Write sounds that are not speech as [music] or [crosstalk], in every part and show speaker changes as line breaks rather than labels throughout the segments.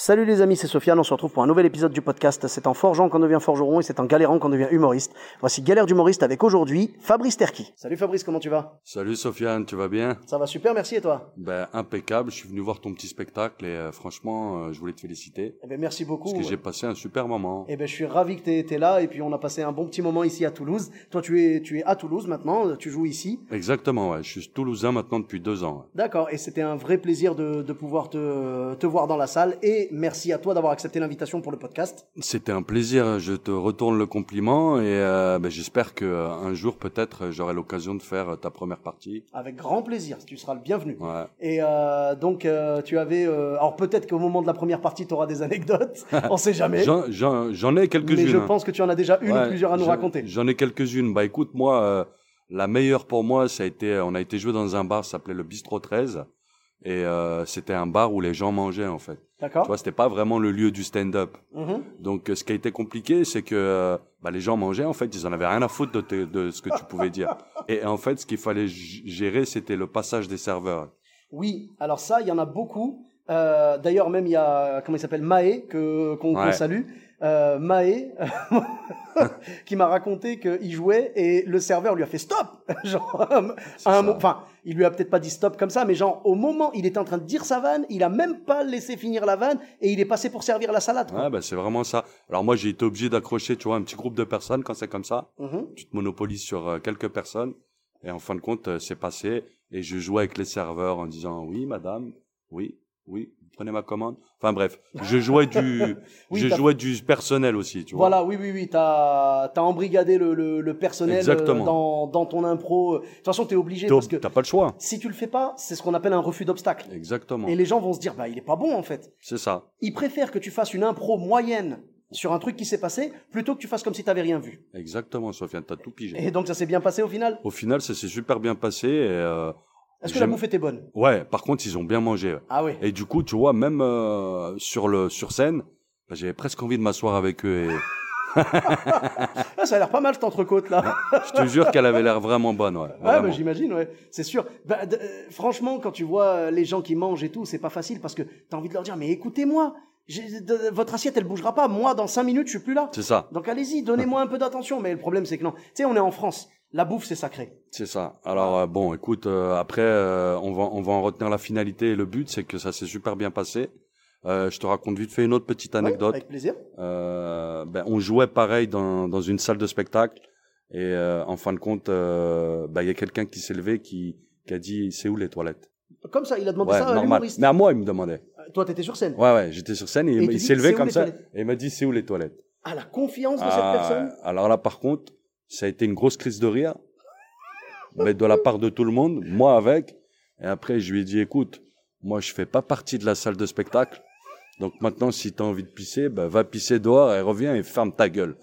Salut les amis, c'est Sofiane, on se retrouve pour un nouvel épisode du podcast. C'est en forgeant qu'on devient forgeron et c'est en galérant qu'on devient humoriste. Voici Galère d'humoriste avec aujourd'hui Fabrice Terki. Salut Fabrice, comment tu vas
Salut Sofiane, tu vas bien
Ça va super, merci et toi
Ben impeccable, je suis venu voir ton petit spectacle et euh, franchement, euh, je voulais te féliciter
Eh ben merci beaucoup.
parce que j'ai passé un super moment.
Eh ben je suis ravi que t'es t'es là et puis on a passé un bon petit moment ici à Toulouse. Toi tu es tu es à Toulouse maintenant, tu joues ici.
Exactement, ouais, je suis toulousain maintenant depuis deux ans. ouais.
D'accord, et c'était un vrai plaisir de, de pouvoir te, te voir dans la salle et merci à toi d'avoir accepté l'invitation pour le podcast.
C'était un plaisir, hein, je te retourne le compliment et euh, ben, j'espère que euh, un jour peut-être euh, j'aurai l'occasion de faire euh, ta première partie.
Avec grand plaisir, tu seras le bienvenu.
Ouais.
Et euh, donc, euh, tu avais. euh, alors, peut-être qu'au moment de la première partie, tu auras des
[laughs]
anecdotes. on sait jamais.
J'en- J'en j'en ai quelques-unes.
mais je
hein.
pense que tu en as déjà une
Ouais,
ou plusieurs à nous
j'en-
raconter.
J'en ai quelques-unes. Bah écoute, moi, euh, la meilleure pour moi, ça a été, euh, on a été joué dans un bar, ça s'appelait le Bistrot 13. Et euh, c'était un bar où les gens mangeaient en fait. Tu
D'accord
vois, c'était pas vraiment le lieu du stand-up.
Mhm.
Donc euh, ce qui a été compliqué, c'est que euh, bah, les gens mangeaient en fait, ils en avaient rien à foutre de, te- de ce que tu
[laughs]
pouvais dire. Et en fait, ce qu'il fallait g- gérer, c'était le passage des serveurs.
Oui, alors ça, il y en a beaucoup. Euh, D'ailleurs, même, il y a. Comment il s'appelle Maé, que- qu'on qu'on
Ouais.
salue. Euh, Maé, [laughs] qui m'a raconté qu'il jouait et le serveur lui a fait stop [laughs] Genre,
C'est
à un
ça.
mo- Enfin, il lui a peut-être pas dit stop comme ça, mais genre, au moment, il était en train de dire sa vanne, il a même pas laissé finir la vanne et il est passé pour servir la salade. quoi.
Ouais, bah, c'est vraiment ça. Alors moi, j'ai été obligé d'accrocher, tu vois, un petit groupe de personnes quand c'est comme ça.
Mhm.
tu te monopolises sur euh, quelques personnes. Et en fin de compte, euh, c'est passé. Et je jouais avec les serveurs en disant oui, madame, oui, oui, vous prenez ma commande. Enfin bref, je jouais du,
[laughs] Oui,
je
t'as-
jouais du personnel aussi, tu vois.
Voilà, oui, oui, oui, t'as as embrigadé le, le- le personnel euh,
Exactement.
dans, dans ton impro. De toute façon, t'es obligé
T'as-
parce que
T'as pas le choix.
si tu le fais pas, c'est ce qu'on appelle un refus d'obstacle.
Exactement.
Et les gens vont se dire, bah, il est pas bon en fait.
C'est ça.
Ils préfèrent que tu fasses une impro moyenne sur un truc qui s'est passé plutôt que tu fasses comme si t'avais rien vu.
Exactement, Sofiane. T'as tout pigé.
Et donc, ça s'est bien passé au final
Au final, ça s'est super bien passé. Et, euh,
Est-ce que la
J'aime-
bouffe était bonne
Ouais, par contre, ils ont bien mangé. ouais.
Ah oui.
Et du coup, tu vois, même euh, sur, le, sur scène, bah, j'avais presque envie de m'asseoir avec eux. Et
Ah, ça a l'air pas mal cette entrecôte [laughs] là.
je te jure qu'elle avait l'air vraiment bonne. Ouais,
Ouais,
vraiment.
bah, j'imagine, ouais, c'est sûr. Bah, d- euh, franchement, quand tu vois euh, les gens qui mangent et tout, c'est pas facile parce que t'as envie de leur dire, mais écoutez-moi, j'ai- de- votre assiette elle bougera pas, moi dans 5 minutes je suis plus là.
c'est ça.
Donc allez-y, donnez-moi un peu d'attention. Mais le problème c'est que non, tu sais, on est en France, la bouffe c'est sacré.
C'est ça. Alors euh, bon, écoute, euh, après euh, on va on va en retenir la finalité et le but c'est que ça s'est super bien passé. Euh, je te raconte vite fait une autre petite anecdote.
Avec plaisir.
Euh, ben, on jouait pareil dans dans une salle de spectacle et euh, en fin de compte, euh, ben, il y a quelqu'un qui s'est levé qui qui a dit c'est où les toilettes
Comme ça, il a demandé
Ouais,
ça à
normal.
l'humoriste.
Mais à moi il me demandait.
Euh, Toi t'étais sur scène.
Ouais ouais, j'étais sur scène et,
Et il
il,
te
il
dit,
s'est levé
C'est où
comme
les
ça
toilettes
et il m'a dit c'est où les toilettes.
Ah la confiance de
Ah,
cette personne.
Alors là par contre, ça a été une grosse crise de rire, mais de la part de tout le monde, moi avec. Et après, je lui ai dit, écoute, moi, je fais pas partie de la salle de spectacle. Donc maintenant, si t'as envie de pisser, bah, va pisser dehors et reviens et ferme ta gueule.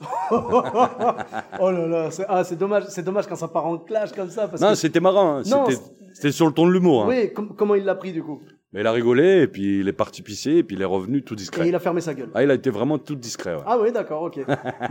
Oh là là, c'est ah, c'est dommage, c'est dommage quand ça part en clash comme ça parce
non,
que.
c'était marrant. hein.
Non,
C'était- C'était sur le ton de l'humour. hein.
Oui, com- comment il l'a pris du coup
Mais il a rigolé et puis il est parti pisser et puis il est revenu tout
Et
discret.
il a fermé sa gueule.
Ah, il a été vraiment tout discret. ouais.
Ah oui, d'accord,
[laughs]
ok.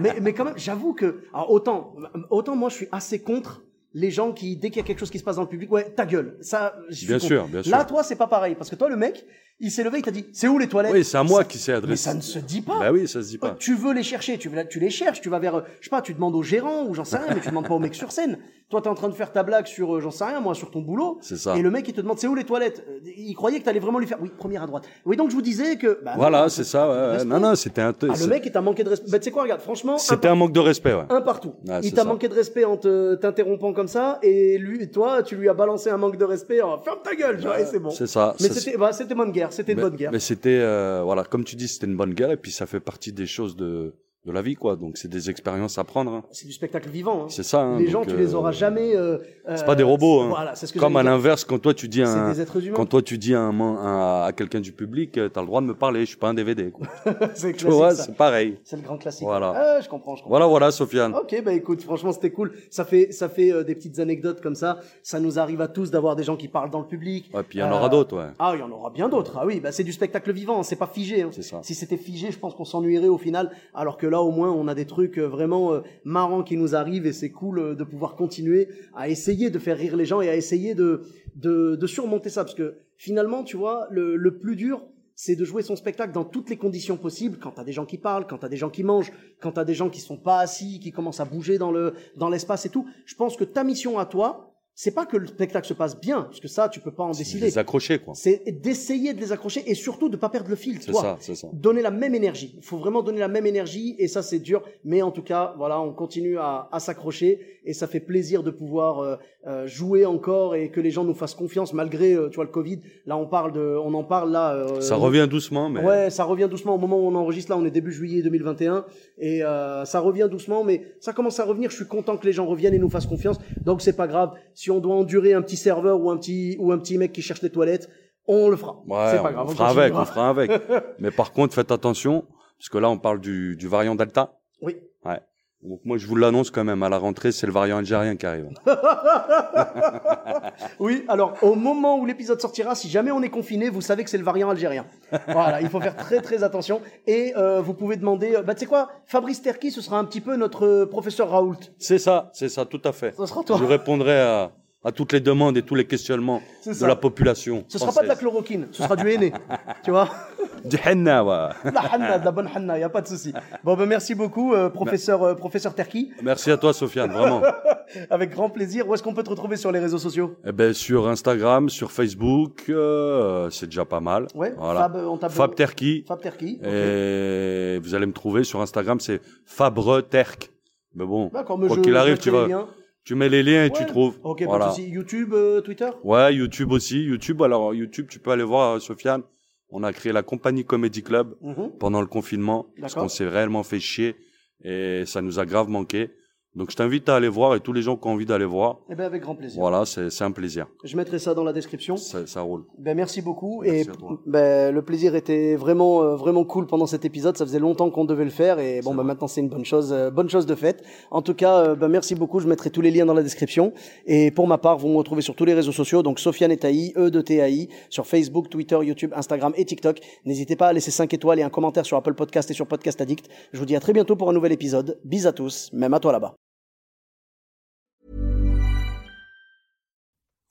mais, mais quand même, j'avoue que, alors autant, autant moi je suis assez contre les gens qui, dès qu'il y a quelque chose qui se passe dans le public, ouais, ta gueule. Ça, je suis
Bien
contre.
sûr, bien sûr.
Là, toi, c'est pas pareil. Parce que toi, le mec, il s'est levé, il t'a dit, c'est où les toilettes
oui, c'est à moi
Ça-
qui s'est
Mais
adressé.
ça ne se dit pas.
Bah oui, ça se dit pas.
Tu veux les chercher, tu, vas- tu les cherches, tu vas vers, euh, je sais pas, tu demandes au gérant ou j'en sais rien, mais tu demandes pas au mec sur scène. Toi, t'es en train de faire ta blague sur, euh, j'en sais rien, moi, sur ton boulot.
C'est ça.
Et le mec, il te demande, c'est où les toilettes Euh, Il croyait que t'allais vraiment lui faire, oui, première à droite. Oui, donc je vous disais que. bah,
Voilà,
non,
c'est ça. ouais, ouais.
respect.
Non, non, c'était un, t-
Ah, le mec, il t'a manqué de respect. Bah, tu sais quoi, regarde, franchement, un
c'était un manque de respect. ouais.
un partout.
Ah,
il
c'est
t'a
ça.
manqué de respect en te- t'interrompant comme ça, et lui, toi, tu lui as balancé un manque de respect. en ferme ta gueule, tu vois, et c'est bon.
C'est ça.
Mais
ça,
c'était, bah, c'était bonne guerre, c'était une
Mais-
bonne guerre.
Mais c'était, euh, voilà, comme tu dis, c'était une bonne guerre, et puis ça fait partie des choses de, de la vie, quoi. Donc c'est des expériences à prendre. hein.
C'est du spectacle vivant. hein.
C'est ça. hein.
les
Donc,
gens, tu les
euh,
auras jamais. euh,
C'est
euh,
pas des robots. hein.
Voilà, c'est ce que
Comme à
j'allais dire.
l'inverse, quand toi tu dis à un,
C'est des êtres humains.
quand toi tu dis à, un man- à- à quelqu'un du public, euh, t'as le droit de me parler. Je suis pas un
[laughs]
DVD. Quoi.
c'est
tu
classique,
vois,
ça.
c'est pareil.
C'est le grand classique.
Voilà.
Ah, je comprends, je comprends.
Voilà, voilà, Sofiane.
Ok, bah écoute, franchement, c'était cool. Ça fait, ça fait euh, des petites anecdotes comme ça. Ça nous arrive à tous d'avoir des gens qui parlent dans le public.
Ouais, puis il y en aura d'autres, ouais.
Ah, il y en aura bien d'autres. Ah oui, bah c'est du spectacle vivant, hein, c'est pas figé. hein.
C'est ça.
Si c'était figé, je pense qu'on s'ennuierait au final. Alors que là, au moins, on a des trucs euh, vraiment euh, marrants qui nous arrivent et c'est cool euh, de pouvoir continuer à essayer de faire rire les gens et à essayer de, de, de surmonter ça. Parce que finalement, tu vois, le, le plus dur, c'est de jouer son spectacle dans toutes les conditions possibles, quand t'as des gens qui parlent, quand t'as des gens qui mangent, quand t'as des gens qui sont pas assis, qui commencent à bouger dans le dans l'espace et tout. Je pense que ta mission à toi, c'est pas que le spectacle se passe bien, parce que ça, tu peux pas en décider.
Les accrocher, quoi.
C'est d'essayer de les accrocher et surtout de pas perdre le fil,
C'est
toi.
ça, c'est ça.
Donner la même énergie. Il faut vraiment donner la même énergie et ça c'est dur. Mais en tout cas, voilà, on continue à, à s'accrocher et ça fait plaisir de pouvoir euh, euh, jouer encore et que les gens nous fassent confiance malgré, euh, tu vois, le Covid. Là, on parle de, on en parle là. euh,
Ça revient doucement, mais
Ouais, ça revient doucement au moment où on enregistre là, on est début juillet 2021 et euh, ça revient doucement, mais ça commence à revenir. Je suis content que les gens reviennent et nous fassent confiance, donc c'est pas grave. Si on doit endurer un petit serveur ou un petit ou un petit mec qui cherche les toilettes, on le fera.
Ouais,
c'est pas
on
grave.
fera avec,
continuera.
on fera
[laughs]
avec. mais par contre, faites attention, parce que là, on parle du, du variant Delta.
Oui.
Ouais. Donc moi, je vous l'annonce quand même, à la rentrée, c'est le variant algérien
[laughs]
qui arrive.
Oui. Alors au moment où l'épisode sortira, si jamais on est confiné, vous savez que c'est le variant
[laughs]
algérien. voilà, il faut faire très très attention et euh, vous pouvez demander. euh, Bah tu sais quoi, Fabrice Terki, ce sera un petit peu notre euh, professeur Raoult.
c'est ça, c'est ça, tout à fait.
Ce sera toi.
Je répondrai à, à toutes les demandes et tous les questionnements
C'est
de
ça.
la population
Ce sera pas de la
française.
chloroquine, ce sera du henné.
[laughs]
tu vois.
Du henna, ouais.
La Hanna, de la bonne Hanna, il n'y a pas de souci. Bon, ben merci beaucoup, euh, professeur, euh, professeur Terki.
[laughs] Merci à toi,
[laughs]
Sofiane, vraiment.
Avec grand plaisir. Où est-ce qu'on peut te retrouver sur les réseaux sociaux
Eh ben, sur Instagram, sur Facebook, euh, c'est déjà pas mal.
Ouais,
Voilà.
Fab, euh, on tape-
Fab Terki.
Fab Terki. ok.
Euh, Et vous allez me trouver sur Instagram, c'est Fabre Terk. Mais bon,
D'accord, mais
quoi
je-
qu'il
je
arrive,
mettrai
tu
les
vas,
liens.
tu mets les liens et tu
Ouais.
trouves.
Ok, pas de
Voilà.
souci. YouTube, euh, Twitter
Ouais, YouTube aussi, YouTube. Alors YouTube, tu peux aller voir euh, Sofiane. On a créé la compagnie Comedy Club
Mhm.
pendant le confinement parce
D'accord.
qu'on s'est réellement fait chier et ça nous a grave manqué. Donc je t'invite à aller voir et tous les gens qui ont envie d'aller voir.
Eh bien, avec grand plaisir.
Voilà, c'est c'est un plaisir.
Je mettrai ça dans la description.
Ça, ça roule.
Ben, merci beaucoup.
Merci
et
à toi.
ben, le plaisir était vraiment, euh, vraiment cool pendant cet épisode. Ça faisait longtemps qu'on devait le faire. Et bon, ben, maintenant, c'est une bonne chose, euh, bonne chose de fait. En tout cas, euh, ben, merci beaucoup. Je mettrai tous les liens dans la description. Et pour ma part, vous me retrouvez sur tous les réseaux sociaux. Donc, Sofiane et Taï, E de TAI, sur Facebook, Twitter, YouTube, Instagram et TikTok. N'hésitez pas à laisser 5 étoiles et un commentaire sur Apple Podcast et sur Podcast Addict. Je vous dis à très bientôt pour un nouvel épisode. Bis à tous. Même à toi là-bas.